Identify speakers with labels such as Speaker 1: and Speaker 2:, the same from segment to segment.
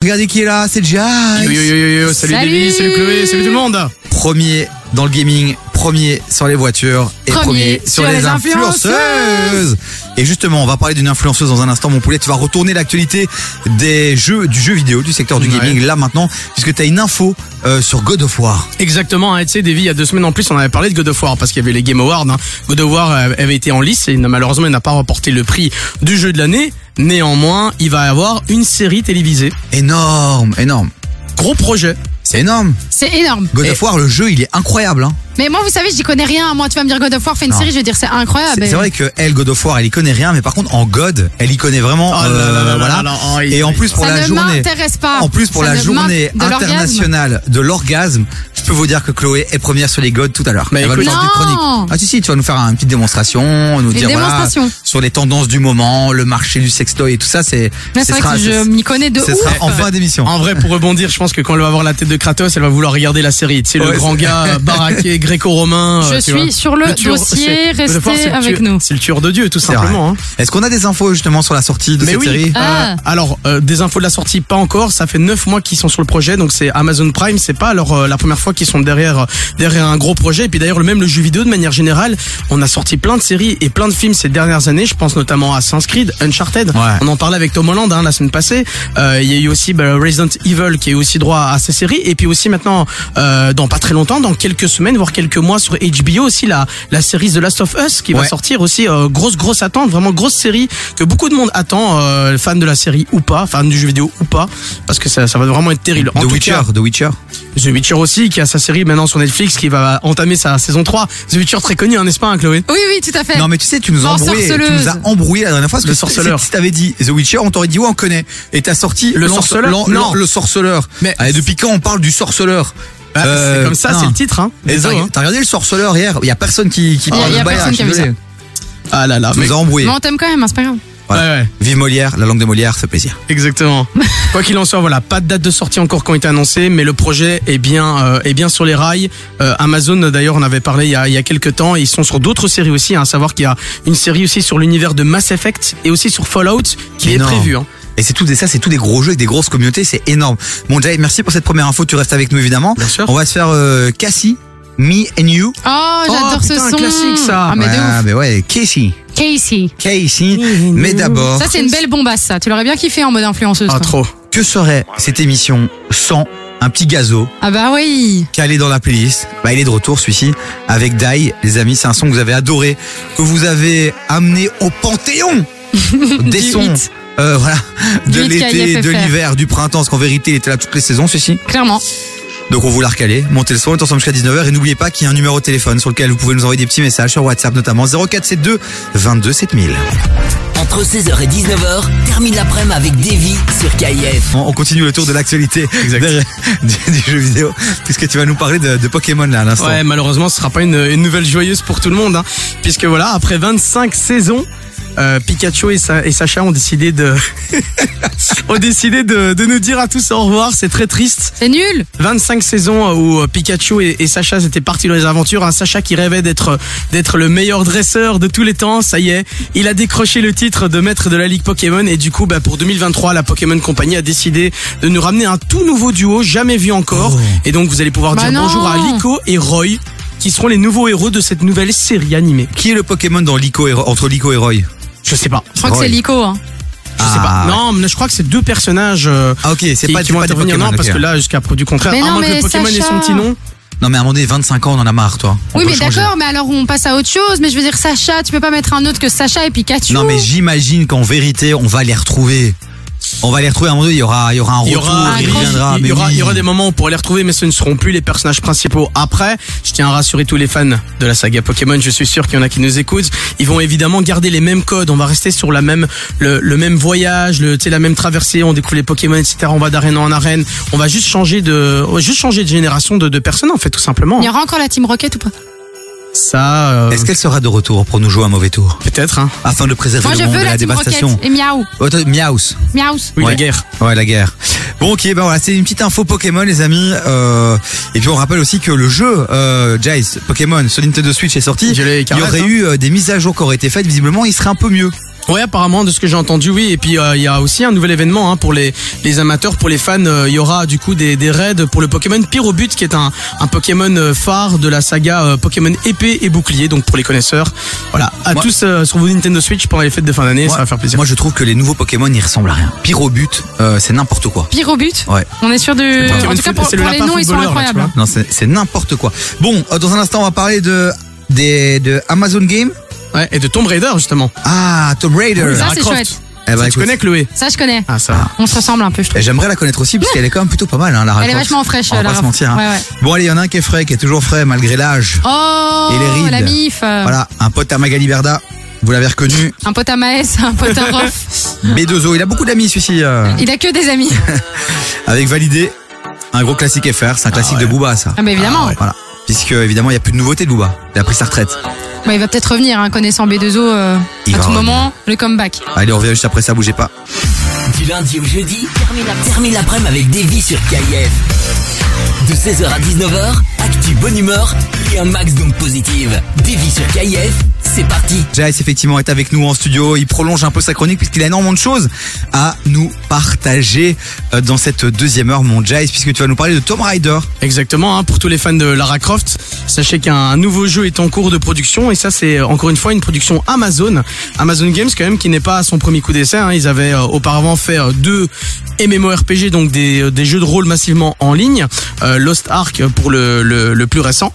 Speaker 1: Regardez qui est là, c'est Jai.
Speaker 2: Yo, yo, yo, yo, yo. Salut,
Speaker 3: Salut.
Speaker 2: David, salut Chloé, salut tout le monde.
Speaker 1: Premier dans le gaming, premier sur les voitures et premier,
Speaker 3: Premier
Speaker 1: sur,
Speaker 3: sur
Speaker 1: les
Speaker 3: les
Speaker 1: influenceuses.
Speaker 3: influenceuses.
Speaker 1: Et justement, on va parler d'une influenceuse dans un instant, mon poulet. Tu vas retourner l'actualité des jeux, du jeu vidéo, du secteur du
Speaker 2: Ouais.
Speaker 1: gaming là maintenant, puisque tu as une info euh, sur God of War.
Speaker 2: Exactement, hein, tu sais, Davy, il y a deux semaines en plus, on avait parlé de God of War parce qu'il y avait les Game Awards. hein. God of War euh, avait été en lice et n'a- malheureusement, il n'a pas remporté le prix du jeu de l'année. Néanmoins, il va y avoir une série télévisée.
Speaker 1: Énorme, énorme.
Speaker 2: Gros projet.
Speaker 1: C'est énorme.
Speaker 3: C'est énorme.
Speaker 1: God
Speaker 2: Et-
Speaker 1: of War, le jeu, il est incroyable. Hein.
Speaker 3: Mais moi, vous savez, j'y connais rien. Moi, tu vas me dire God of War fait une
Speaker 1: Non.
Speaker 3: série, je vais dire c'est incroyable.
Speaker 2: Ah,
Speaker 1: C'est
Speaker 2: ben
Speaker 1: c'est vrai que elle, God of War, elle y connaît rien, mais par contre en God, elle y connaît vraiment.
Speaker 2: Oh là
Speaker 1: euh,
Speaker 2: là là là
Speaker 1: voilà.
Speaker 2: là là, oh, il-
Speaker 1: Et en plus pour
Speaker 3: ça
Speaker 1: la
Speaker 3: ne
Speaker 1: journée.
Speaker 3: m'intéresse pas.
Speaker 1: En plus, pour
Speaker 3: Ah, Ça
Speaker 1: la
Speaker 3: ne
Speaker 1: journée
Speaker 3: m'in- de l'orgasme.
Speaker 1: internationale de l'orgasme, je peux vous dire que Chloé est première sur les godes tout à l'heure.
Speaker 2: Mais
Speaker 1: Elle va nous
Speaker 2: écoute-
Speaker 1: faire une
Speaker 3: Non.
Speaker 1: chronique. Ah si, si, tu vas nous faire une petite démonstration, nous
Speaker 3: Une
Speaker 1: dire voilà,
Speaker 3: démonstration.
Speaker 1: sur les tendances du moment, le marché du sextoy et tout ça, c'est
Speaker 3: Mais
Speaker 1: ce
Speaker 3: c'est vrai
Speaker 1: sera-
Speaker 3: que je m'y connais de
Speaker 1: ce
Speaker 3: ouf.
Speaker 1: sera en fin d'émission.
Speaker 2: En vrai, pour rebondir, je pense que quand elle va avoir la tête de Kratos, elle va vouloir regarder la série. Tu sais,
Speaker 1: Ouais,
Speaker 2: le grand
Speaker 1: c'est-
Speaker 2: gars euh, baraqué, gréco-romain. euh,
Speaker 3: Je
Speaker 2: tu
Speaker 3: suis
Speaker 2: vois.
Speaker 3: sur le,
Speaker 2: tueur-
Speaker 3: dossier,
Speaker 2: c'est- God of War, c'est
Speaker 3: restez
Speaker 2: le
Speaker 3: avec
Speaker 2: tueur-
Speaker 3: nous.
Speaker 2: C'est le tueur de Dieu, tout
Speaker 1: C'est vrai.
Speaker 2: simplement. hein.
Speaker 1: Est-ce qu'on a des infos justement sur la sortie de
Speaker 2: Mais
Speaker 1: cette
Speaker 2: oui.
Speaker 1: série
Speaker 3: Ah.
Speaker 2: Euh, alors, euh, des infos de la sortie, pas encore. Ça fait neuf mois qu'ils sont sur le projet, donc c'est Amazon Prime. C'est pas alors euh, la première fois qu'ils sont derrière euh, derrière un gros projet. Et puis d'ailleurs, le même le jeu vidéo de manière générale, on a sorti plein de séries et plein de films ces dernières années. Je pense notamment à Assassin's Creed, Uncharted.
Speaker 1: Ouais.
Speaker 2: On en parlait avec Tom Holland hein, la semaine passée. Euh, Il y a eu aussi bah, Resident Evil qui a eu aussi droit à ces séries. Et puis aussi maintenant, euh, dans pas très longtemps, dans quelques semaines voire quelques mois sur HBO aussi la la série The Last of Us qui
Speaker 1: Ouais.
Speaker 2: va sortir aussi euh, grosse grosse attente, vraiment grosse série que beaucoup de monde attend, euh, fans de la série ou pas, fans du jeu vidéo ou pas, parce que ça, ça va vraiment être terrible. Euh, En
Speaker 1: The
Speaker 2: tout
Speaker 1: Witcher,
Speaker 2: cas,
Speaker 1: The Witcher.
Speaker 2: The Witcher aussi qui a sa série maintenant sur Netflix qui va entamer sa saison 3. The Witcher très connu, hein, n'est-ce pas, hein, Chloé
Speaker 3: Oui, oui, tout à fait.
Speaker 1: Non mais tu sais, tu nous as
Speaker 3: En
Speaker 1: embrouillé, tu
Speaker 3: sorceleuse.
Speaker 1: nous as embrouillé la dernière fois. Parce
Speaker 2: Le
Speaker 1: que si-
Speaker 2: sorceleur.
Speaker 1: Si t'avais dit The Witcher, on t'aurait dit ouais, on connaît. Et t'as sorti
Speaker 2: Le
Speaker 1: l'en-
Speaker 2: sorceleur
Speaker 1: l'en-
Speaker 2: Non.
Speaker 1: le sorceleur.
Speaker 2: Mais-
Speaker 1: Allez, depuis quand on parle du sorceleur
Speaker 2: Bah,
Speaker 1: Euh,
Speaker 2: C'est comme ça,
Speaker 1: non.
Speaker 2: c'est le titre.
Speaker 1: Et
Speaker 2: Hein,
Speaker 1: Oh, T'as
Speaker 2: Désolé, hein.
Speaker 1: t'as regardé le sorceleur hier Il y a personne qui, qui
Speaker 3: Il y a-
Speaker 1: parle
Speaker 3: il y a
Speaker 1: de Bayard,
Speaker 3: personne qui a vu
Speaker 1: je suis désolé.
Speaker 2: Ah là là,
Speaker 1: Tu
Speaker 2: mais-
Speaker 1: nous as embrouillés.
Speaker 3: Mais on t'aime quand même, hein, c'est pas grave.
Speaker 1: Voilà.
Speaker 2: Ouais, ouais.
Speaker 1: Vive Molière, la langue de Molière, c'est plaisir.
Speaker 2: Exactement. Quoi qu'il en soit, voilà, pas de date de sortie encore qui ont été annoncées, mais le projet est bien, euh, est bien sur les rails. Euh, Amazon, euh, d'ailleurs, on avait parlé il y a, il y a quelques temps, et ils sont sur d'autres séries aussi, hein, à savoir qu'il y a une série aussi sur l'univers de Mass Effect et aussi sur Fallout qui est
Speaker 1: Énorme.
Speaker 2: prévue. hein.
Speaker 1: Et c'est tout des ça, c'est tous des gros jeux avec des grosses communautés, c'est énorme. Bon Jay, merci pour cette première info, tu restes avec nous évidemment.
Speaker 2: Bien sûr.
Speaker 1: On va se faire euh, Cassie, Me and You.
Speaker 3: Oh, j'adore
Speaker 2: putain,
Speaker 3: ce
Speaker 2: un
Speaker 3: son.
Speaker 2: classique, ça.
Speaker 3: Ah, mais de
Speaker 1: ouais,
Speaker 3: ouf.
Speaker 1: mais ouais, Cassie,
Speaker 3: Casey.
Speaker 1: Cassie.
Speaker 2: and
Speaker 1: Mais
Speaker 2: You.
Speaker 1: d'abord,
Speaker 3: Ça, c'est une belle bombasse, ça. Tu l'aurais bien kiffé en mode influenceuse.
Speaker 2: Ah,
Speaker 3: toi.
Speaker 2: trop.
Speaker 1: que serait cette émission sans un petit gazo
Speaker 3: Ah, bah oui.
Speaker 1: calé dans la playlist. Bah, il est de retour celui-ci avec Dai. Les amis, c'est un son que vous avez adoré, que vous avez amené au panthéon des
Speaker 3: Du
Speaker 1: sons.
Speaker 3: hit.
Speaker 1: euh, voilà, de
Speaker 3: Du hit
Speaker 1: l'été,
Speaker 3: KIFFR.
Speaker 1: de l'hiver, du printemps, parce qu'en vérité, il était là toutes les saisons, celui-ci.
Speaker 3: Clairement.
Speaker 1: Donc, on vous l'a recalé. Montez le son, on est ensemble jusqu'à 19h. Et n'oubliez pas qu'il y a un numéro de téléphone sur lequel vous pouvez nous envoyer des petits messages sur WhatsApp, notamment 0472 22 7000.
Speaker 4: Entre 16h et 19h, termine l'après-midi avec Davy sur KIF.
Speaker 1: On, on continue le tour de l'actualité derrière- du, du jeu vidéo, puisque tu vas nous parler de, de Pokémon là à l'instant.
Speaker 2: Ouais, malheureusement, ce sera pas une, une nouvelle joyeuse pour tout le monde, hein, puisque voilà, après 25 saisons, euh, Pikachu et, Sa- et Sacha ont décidé de, ont décidé de, de nous dire à tous au revoir. C'est très triste.
Speaker 3: C'est nul.
Speaker 2: 25 saisons où euh, Pikachu et, et Sacha étaient partis dans les aventures. Un Sacha qui rêvait d'être d'être le meilleur dresseur de tous les temps. Ça y est, il a décroché le titre de maître de la ligue Pokémon et du coup, bah, pour 2023, la Pokémon Company a décidé de nous ramener un tout nouveau duo jamais vu encore.
Speaker 1: Oh.
Speaker 2: Et donc, vous allez pouvoir
Speaker 3: Bah
Speaker 2: dire
Speaker 3: non.
Speaker 2: bonjour à Lico et Roy, qui seront les nouveaux héros de cette nouvelle série animée.
Speaker 1: Qui est le Pokémon dans Lico et Ro- entre Lico et Roy
Speaker 2: Je sais pas.
Speaker 3: Je crois que
Speaker 1: Roy.
Speaker 3: c'est Lico. Hein.
Speaker 2: Je sais
Speaker 1: Ah,
Speaker 2: pas.
Speaker 1: ouais.
Speaker 2: Non, mais je crois que c'est deux personnages. euh,
Speaker 1: Ah ok, c'est
Speaker 2: qui,
Speaker 1: pas,
Speaker 2: qui
Speaker 1: c'est
Speaker 2: vont
Speaker 1: pas des
Speaker 2: intervenir
Speaker 1: Pokémon,
Speaker 2: non parce
Speaker 1: ok.
Speaker 2: que là jusqu'à preuve du contraire
Speaker 3: Mais
Speaker 2: à
Speaker 3: non,
Speaker 2: moins que le
Speaker 3: mais
Speaker 2: Pokémon ait son
Speaker 3: Sacha.
Speaker 2: petit nom
Speaker 1: Non mais à un moment donné, 25 ans, on en a marre, toi. On
Speaker 3: Oui,
Speaker 1: peut
Speaker 3: mais
Speaker 1: changer.
Speaker 3: d'accord, mais alors on passe à autre chose. Mais je veux dire, Sacha, tu peux pas mettre un autre que Sacha et Pikachu.
Speaker 1: Non mais j'imagine qu'en vérité, on va les retrouver. On va les retrouver à un moment donné, il y aura, il y aura un
Speaker 2: Il y
Speaker 1: retour,
Speaker 2: aura,
Speaker 1: il
Speaker 2: il y aura-
Speaker 1: reviendra.
Speaker 2: il
Speaker 1: mais
Speaker 2: y aura-
Speaker 1: oui.
Speaker 2: il y aura des moments où on pourra les retrouver, mais ce ne seront plus les personnages principaux. Après, je tiens à rassurer tous les fans de la saga Pokémon. Je suis sûr qu'il y en a qui nous écoutent. Ils vont évidemment garder les mêmes codes. On va rester sur la même, le, le même voyage, le, tu sais, la même traversée. On découvre les Pokémon, etc. On va d'arène en arène. On va juste changer de, on va juste changer de génération de, de personnes, en fait, tout simplement.
Speaker 3: Il y aura encore la Team Rocket ou pas
Speaker 2: Ça, euh,
Speaker 1: Est-ce qu'elle sera de retour pour nous jouer un mauvais tour
Speaker 2: peut-être, hein.
Speaker 1: Afin de préserver
Speaker 3: Moi,
Speaker 1: le
Speaker 3: je
Speaker 1: monde de
Speaker 3: veux
Speaker 1: la,
Speaker 3: la Team
Speaker 1: dévastation.
Speaker 3: Rocket. Et miaou.
Speaker 1: Oh, attends, Miaus.
Speaker 3: Miaus.
Speaker 2: Oui,
Speaker 1: Ouais.
Speaker 2: la guerre.
Speaker 1: Ouais, la guerre. Bon, ok, ben voilà, c'est une petite info Pokémon, les amis. Euh, et puis on rappelle aussi que le jeu euh, Jace Pokémon sur Nintendo Switch est sorti.
Speaker 2: Je l'ai
Speaker 1: Il y
Speaker 2: carrément,
Speaker 1: aurait
Speaker 2: hein.
Speaker 1: eu euh, des mises à jour qui auraient été faites. Visiblement, il serait un peu mieux.
Speaker 2: Ouais, apparemment, de ce que j'ai entendu, oui. Et puis, euh, il y a aussi un nouvel événement hein, pour les, les amateurs, pour les fans. euh, Il y aura du coup des, des raids pour le Pokémon Pyrobut, qui est un, un Pokémon euh, phare de la saga euh, Pokémon épée et bouclier. Donc, pour les connaisseurs, voilà. À
Speaker 1: Moi-
Speaker 2: tous euh, sur vos Nintendo Switch pendant les fêtes de fin d'année, ça va faire plaisir.
Speaker 1: Moi, je trouve que les nouveaux Pokémon, ils ressemblent à rien. Pire au but, euh, c'est n'importe quoi.
Speaker 3: Pire au but.
Speaker 1: Ouais.
Speaker 3: On est sûr de.
Speaker 2: Pokémon
Speaker 3: En tout cas,
Speaker 2: foot-
Speaker 3: pour,
Speaker 2: c'est le
Speaker 3: pour les
Speaker 2: lapin
Speaker 3: noms, ils sont
Speaker 2: footballeur, là, tu
Speaker 3: incroyables.
Speaker 2: vois.
Speaker 1: Non, c'est c'est n'importe quoi. Bon, euh, dans un instant, on va parler de des de Amazon Game.
Speaker 2: Ouais, et de Tomb Raider, justement.
Speaker 1: Ah, Tomb Raider.
Speaker 3: Ça,
Speaker 2: Lara
Speaker 3: c'est
Speaker 2: Croft.
Speaker 3: chouette.
Speaker 1: Eh ben,
Speaker 2: Ça, tu
Speaker 1: écoute,
Speaker 2: connais Chloé
Speaker 3: Ça, je connais.
Speaker 2: Ah, ça. va.
Speaker 3: On se ressemble un peu, je trouve.
Speaker 1: et J'aimerais la connaître aussi parce qu'elle est quand même plutôt pas mal, hein, Lara
Speaker 3: Elle est
Speaker 1: Croft.
Speaker 3: vachement fraîche,
Speaker 1: On va
Speaker 3: Lara
Speaker 1: pas se
Speaker 3: Croft.
Speaker 1: mentir. hein.
Speaker 3: Ouais, ouais.
Speaker 1: Bon, allez, il y en a un qui est frais, qui est toujours frais malgré l'âge.
Speaker 3: Oh,
Speaker 1: Et les rides.
Speaker 3: la mif. euh,
Speaker 1: Voilà, un pote à Magali Berda. Vous l'avez reconnu,
Speaker 3: Un pote à Maes, un pote à Rof.
Speaker 1: B2O. Il a beaucoup d'amis, celui-ci. euh,
Speaker 3: Il a que des amis.
Speaker 1: avec Validé, un gros classique FR. C'est un classique
Speaker 2: ouais.
Speaker 1: de Booba, ça.
Speaker 3: Ah, mais évidemment.
Speaker 1: Voilà. Puisque, évidemment, il n'y a plus de nouveauté de Booba. Il a pris sa retraite.
Speaker 3: Bah, il va peut-être revenir, hein, connaissant B2O euh,
Speaker 1: Il
Speaker 3: à
Speaker 1: va
Speaker 3: tout
Speaker 1: revenir.
Speaker 3: moment, le comeback.
Speaker 1: Allez, on revient juste après ça, bougez pas.
Speaker 4: Du lundi au jeudi, termine la- termine l'après-midi avec Davy sur KIF. De 16h à 19h, actu bonne humeur et un max donc positive. Davy sur KIF, c'est parti.
Speaker 1: Jace effectivement est avec nous en studio. Il prolonge un peu sa chronique puisqu'il a énormément de choses à nous partager euh, dans cette deuxième heure, mon Jace, puisque tu vas nous parler de Tom Rider.
Speaker 2: Exactement, hein, pour tous les fans de Lara Croft, sachez qu'un nouveau jeu est en cours de production et ça c'est euh, encore une fois une production Amazon. Amazon Games quand même qui n'est pas à son premier coup d'essai, hein. ils avaient euh, auparavant fait euh, deux MMORPG, donc des, euh, des jeux de rôle massivement en ligne, Euh, Lost Ark pour le, le, le plus récent.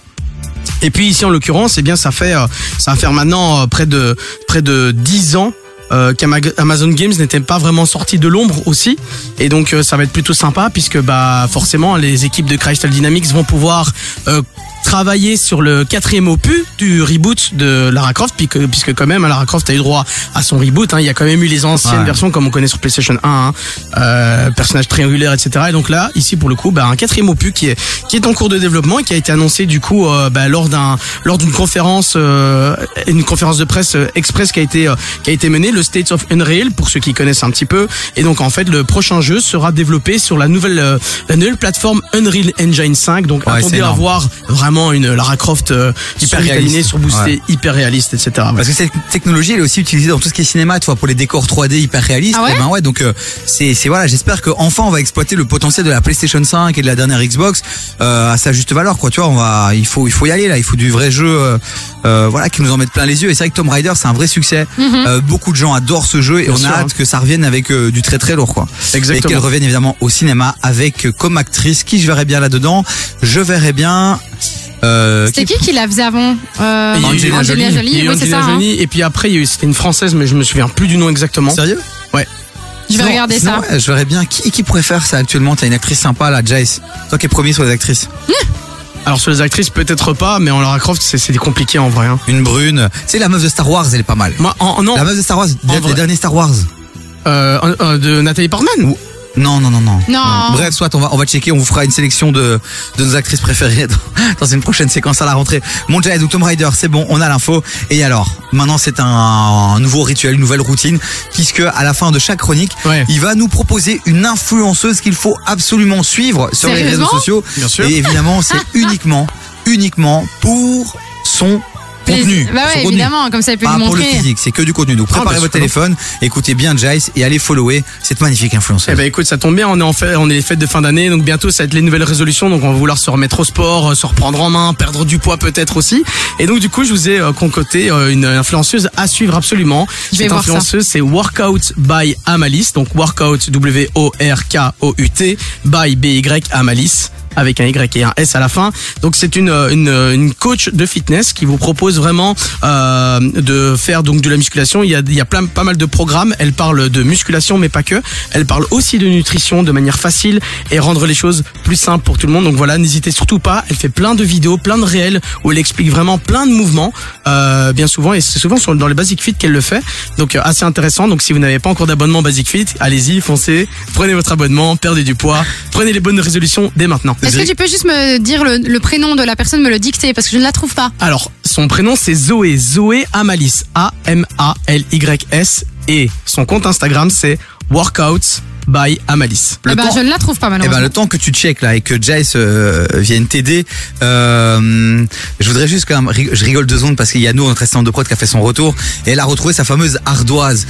Speaker 2: Et puis ici en l'occurrence, eh bien ça fait euh, ça va faire maintenant euh, près de près de 10 ans euh, qu'Amazon Games n'était pas vraiment sorti de l'ombre aussi et donc euh, ça va être plutôt sympa puisque bah forcément les équipes de Crystal Dynamics vont pouvoir euh, travailler sur le quatrième opus du reboot de Lara Croft puisque, puisque quand même Lara Croft a eu droit à son reboot hein. il y a quand même eu les anciennes
Speaker 1: Ouais.
Speaker 2: versions comme on connaît sur PlayStation 1 hein, euh, personnage triangulaire etc et donc là ici pour le coup bah, un quatrième opus qui est qui est en cours de développement et qui a été annoncé du coup euh, bah, lors d'un lors d'une conférence euh, une conférence de presse euh, express qui a été euh, qui a été menée le States of Unreal pour ceux qui connaissent un petit peu et donc en fait le prochain jeu sera développé sur la nouvelle euh, la nouvelle plateforme Unreal Engine 5 donc
Speaker 1: Ouais, c'est
Speaker 2: attendez à
Speaker 1: énorme.
Speaker 2: voir vraiment une Lara Croft euh, hyper
Speaker 1: Surréaliste.
Speaker 2: vitaminée surboostée
Speaker 1: Ouais.
Speaker 2: hyper réaliste etc Voilà.
Speaker 1: Parce que cette technologie, elle est aussi utilisée dans tout ce qui est cinéma, tu vois, pour les décors 3D hyper réalistes.
Speaker 3: Ah ouais
Speaker 1: Eh ben ouais, donc euh, c'est c'est- voilà, j'espère que enfin on va exploiter le potentiel de la PlayStation 5 et de la dernière Xbox euh, à sa juste valeur, quoi. Tu vois, on va, il faut il faut y aller là, il faut du vrai jeu, euh, euh, voilà, qui nous en mette plein les yeux. Et c'est vrai que Tomb Raider, c'est un vrai succès. Euh, beaucoup de gens adorent ce jeu et
Speaker 2: Bien
Speaker 1: on
Speaker 2: sûr,
Speaker 1: a
Speaker 2: hein.
Speaker 1: hâte que ça revienne avec euh, du très très lourd, quoi.
Speaker 2: Exactement.
Speaker 1: Et qu'elle revienne évidemment au cinéma avec euh, comme actrice qui je verrais bien là dedans. Je verrais bien. Euh,
Speaker 3: C'était qui qui la faisait avant euh,
Speaker 2: Il y a eu
Speaker 1: Angelina Jolie.
Speaker 2: Il y
Speaker 3: Angelina
Speaker 2: a
Speaker 3: Jolie,
Speaker 2: eu
Speaker 3: oui, c'est ça.
Speaker 2: Angelina
Speaker 3: hein.
Speaker 2: Ah, Jolie, et puis après il y a eu- c'était une française mais je me souviens plus du nom exactement
Speaker 1: Sérieux
Speaker 3: Je vais
Speaker 1: Sinon-
Speaker 3: regarder
Speaker 1: sinon,
Speaker 3: ça.
Speaker 1: ouais, je verrais bien qui, qui pourrait faire ça actuellement. T'as une actrice sympa là, Jace. Toi qui es premier sur les actrices.
Speaker 2: alors sur les actrices peut-être pas mais en Lara Croft c'est c'est compliqué en vrai hein.
Speaker 1: Une brune. Tu sais, la meuf de Star Wars, elle est pas mal.
Speaker 2: moi en, non
Speaker 1: La meuf de Star Wars,
Speaker 2: En
Speaker 1: les
Speaker 2: vrai.
Speaker 1: derniers Star Wars.
Speaker 2: Euh, euh, de Nathalie Portman
Speaker 1: Ou- Non, non, non, non.
Speaker 3: Non.
Speaker 1: Bref, soit on va, on va checker, on vous fera une sélection de, de nos actrices préférées dans, dans une prochaine séquence à la rentrée. Mon Jace ou Tomb Raider, c'est bon, on a l'info. Et alors, maintenant c'est un, un nouveau rituel, une nouvelle routine, puisque à la fin de chaque chronique,
Speaker 2: Ouais.
Speaker 1: il va nous proposer une influenceuse qu'il faut absolument suivre sur les réseaux
Speaker 3: Sérieusement
Speaker 1: sociaux.
Speaker 2: Bien sûr.
Speaker 1: Et évidemment, c'est uniquement, uniquement pour son contenu.
Speaker 3: Bah
Speaker 1: son
Speaker 3: ouais,
Speaker 1: contenu.
Speaker 3: évidemment, comme ça, elle peut
Speaker 1: Pas
Speaker 3: lui
Speaker 1: pour le
Speaker 3: montrer.
Speaker 1: physique, c'est que du contenu. Donc
Speaker 2: Ah,
Speaker 1: préparez
Speaker 2: bah,
Speaker 1: votre
Speaker 2: c'est bon.
Speaker 1: téléphone, écoutez bien Jace et allez follower cette magnifique
Speaker 2: Eh
Speaker 1: influenceuse.
Speaker 2: ben écoute, ça tombe bien, on est en fait, on est les fêtes de fin d'année, donc bientôt ça va être les nouvelles résolutions, donc on va vouloir se remettre au sport, euh, se reprendre en main, perdre du poids peut-être aussi. Et donc du coup, je vous ai euh, concoté euh, une influenceuse à suivre absolument.
Speaker 3: Je vais
Speaker 2: Cette
Speaker 3: voir ça.
Speaker 2: influenceuse, c'est Workout by Amalis, donc Workout W O R K O U T by B Y Amalis avec un Y et un S à la fin. Donc c'est une, euh, une euh, une coach de fitness qui vous propose vraiment euh, de faire donc de la musculation. Il y a il y a plein pas mal de programmes. Elle parle de musculation mais pas que. Elle parle aussi de nutrition de manière facile et rendre les choses plus simples pour tout le monde. Donc voilà, n'hésitez surtout pas. Elle fait plein de vidéos, plein de réels où elle explique vraiment plein de mouvements euh, bien souvent et c'est souvent sur, dans les Basic Fit qu'elle le fait. Donc euh, assez intéressant. Donc si vous n'avez pas encore d'abonnement Basic Fit, allez-y, foncez, prenez votre abonnement, perdez du poids, prenez les bonnes résolutions dès maintenant.
Speaker 3: Est-ce que tu peux juste me dire le, le prénom de la personne, me le dicter Parce que je ne la trouve pas.
Speaker 2: Alors, son prénom c'est Zoé, Zoé E. Amalis, A-M-A-L-Y-S, et son compte Instagram c'est Workouts by Amalis.
Speaker 1: Le
Speaker 3: Eh ben,
Speaker 1: temps-
Speaker 3: je ne la trouve pas
Speaker 1: Eh ben,
Speaker 3: malheureusement.
Speaker 1: le temps que tu check là et que Jace euh, vienne t'aider, euh, je voudrais juste quand même, rig- je rigole deux secondes parce qu'il y a nous, notre assistante de prod qui a fait son retour et elle a retrouvé sa fameuse ardoise.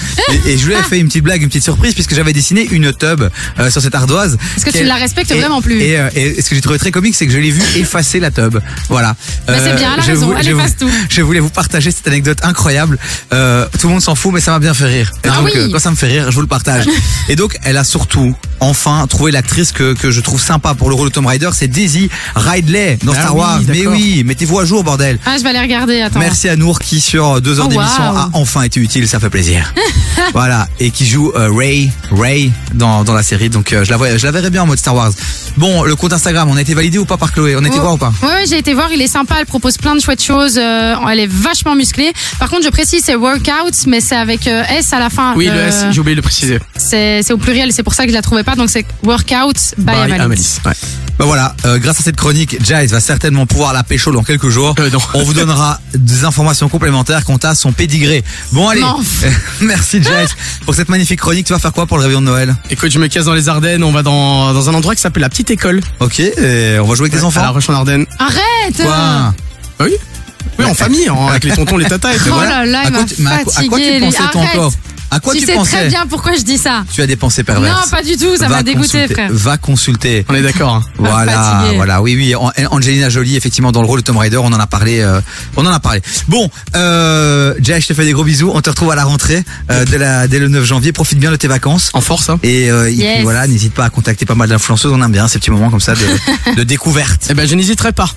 Speaker 1: Et, et je
Speaker 3: Ah.
Speaker 1: lui ai fait une petite blague, une petite surprise puisque j'avais dessiné une tub euh, sur cette ardoise.
Speaker 3: Est-ce que tu
Speaker 1: Qu'elle-
Speaker 3: la respectes
Speaker 1: et-
Speaker 3: vraiment plus
Speaker 1: Et, euh, et ce que j'ai trouvé très comique, c'est que je l'ai vu effacer la tub. Voilà. Euh,
Speaker 3: Bah, c'est bien, elle a
Speaker 1: je
Speaker 3: raison,
Speaker 1: voulais-
Speaker 3: elle
Speaker 1: je
Speaker 3: efface
Speaker 1: voulais-
Speaker 3: tout.
Speaker 1: Je voulais vous partager cette anecdote incroyable. Euh, tout le monde s'en fout, mais ça m'a bien fait rire. Et
Speaker 3: Ah
Speaker 1: donc,
Speaker 3: oui.
Speaker 1: euh, quand ça me fait rire, je vous le partage. Et donc, elle a surtout, enfin, trouvé l'actrice que, que je trouve sympa pour le rôle de Tomb Raider, c'est Daisy Ridley dans
Speaker 2: Ah
Speaker 1: Star
Speaker 2: oui,
Speaker 1: Wars. mais
Speaker 2: d'accord.
Speaker 1: oui, mettez-vous à jour, bordel.
Speaker 3: Ah, je vais aller regarder, attends.
Speaker 1: Merci à Nour qui sur deux heures
Speaker 3: Oh,
Speaker 1: d'émission
Speaker 3: wow.
Speaker 1: a enfin été utile, ça fait plaisir. voilà et qui joue euh, Ray, Ray dans, dans la série. Donc euh, je la voyais, je la verrais bien en mode Star Wars. Bon, le compte Instagram, on a été validé ou pas par Chloé On a été voir ou pas
Speaker 3: Oh. Ouais, ouais, j'ai été voir, il est sympa, elle propose plein de chouettes choses, euh, elle est vachement musclée. Par contre, je précise, c'est workouts, mais c'est avec euh, S à la fin.
Speaker 2: Oui, le
Speaker 3: Euh,
Speaker 2: S, j'ai oublié de le préciser.
Speaker 3: C'est c'est au pluriel, c'est pour ça que je la trouvais pas, donc c'est workouts by,
Speaker 2: By
Speaker 3: Amalie.
Speaker 2: Amalis. Ouais.
Speaker 1: Bah voilà, euh, grâce à cette chronique, Jace va certainement pouvoir la pécho dans quelques jours.
Speaker 2: Euh, non.
Speaker 1: On vous donnera des informations complémentaires quant à son pédigré. Bon allez,
Speaker 3: Non.
Speaker 1: merci Jace pour cette magnifique chronique. Tu vas faire quoi pour le réveillon de Noël
Speaker 2: Écoute, je me casse dans les Ardennes, on va dans, dans un endroit qui s'appelle la petite école.
Speaker 1: Ok, et on va jouer avec tes
Speaker 2: À la
Speaker 1: enfants.
Speaker 2: Roche en Ardennes.
Speaker 3: Arrête
Speaker 1: Quoi
Speaker 3: Oh
Speaker 2: Ah oui Oui, en famille, en- avec les tontons, les tatas. et tout.
Speaker 3: Oh
Speaker 1: Voilà. à
Speaker 3: là là, il
Speaker 1: quoi,
Speaker 3: m'a
Speaker 1: tu- mais à quoi- à quoi
Speaker 3: fatigué,
Speaker 1: tu
Speaker 3: lui.
Speaker 1: pensais toi
Speaker 3: Arrête.
Speaker 1: encore À quoi
Speaker 3: Tu,
Speaker 1: tu,
Speaker 3: sais
Speaker 1: pensais
Speaker 3: très bien pourquoi je dis ça.
Speaker 1: Tu as des pensées perverses.
Speaker 3: Non, pas du tout, ça
Speaker 1: Va
Speaker 3: m'a dégoûté,
Speaker 1: consulter,
Speaker 3: frère.
Speaker 1: Va consulter.
Speaker 2: On est d'accord. hein.
Speaker 1: Voilà,
Speaker 3: fatigué.
Speaker 1: voilà, oui, oui. An- Angelina Jolie, effectivement, dans le rôle de Tom Raider, on en a parlé. euh, on en a parlé. Bon, euh, Jay, je te fais des gros bisous. On te retrouve à la rentrée euh, de la, dès le 9 janvier. Profite bien de tes vacances.
Speaker 2: En force, hein.
Speaker 1: Et, euh, et puis,
Speaker 3: Yes.
Speaker 1: voilà, n'hésite pas à contacter pas mal d'influenceuses. On aime bien ces petits moments comme ça de, de découverte.
Speaker 2: Eh ben, je n'hésiterai pas.